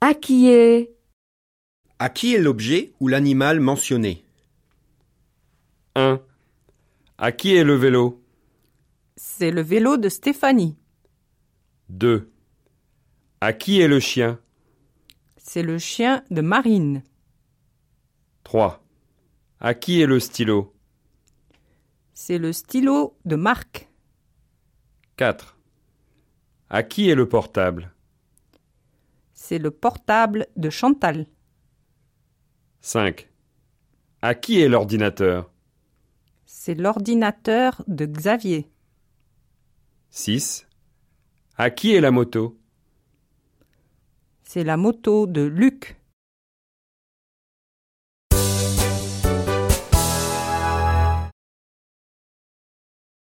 À qui est À qui est l'objet ou l'animal mentionné 1. À qui est le vélo C'est le vélo de Stéphanie. 2. À qui est le chien C'est le chien de Marine. 3. À qui est le stylo C'est le stylo de Marc. 4. À qui est le portable C'est le portable de Chantal. 5. À qui est l'ordinateur C'est l'ordinateur de Xavier. 6. À qui est la moto C'est la moto de Luc.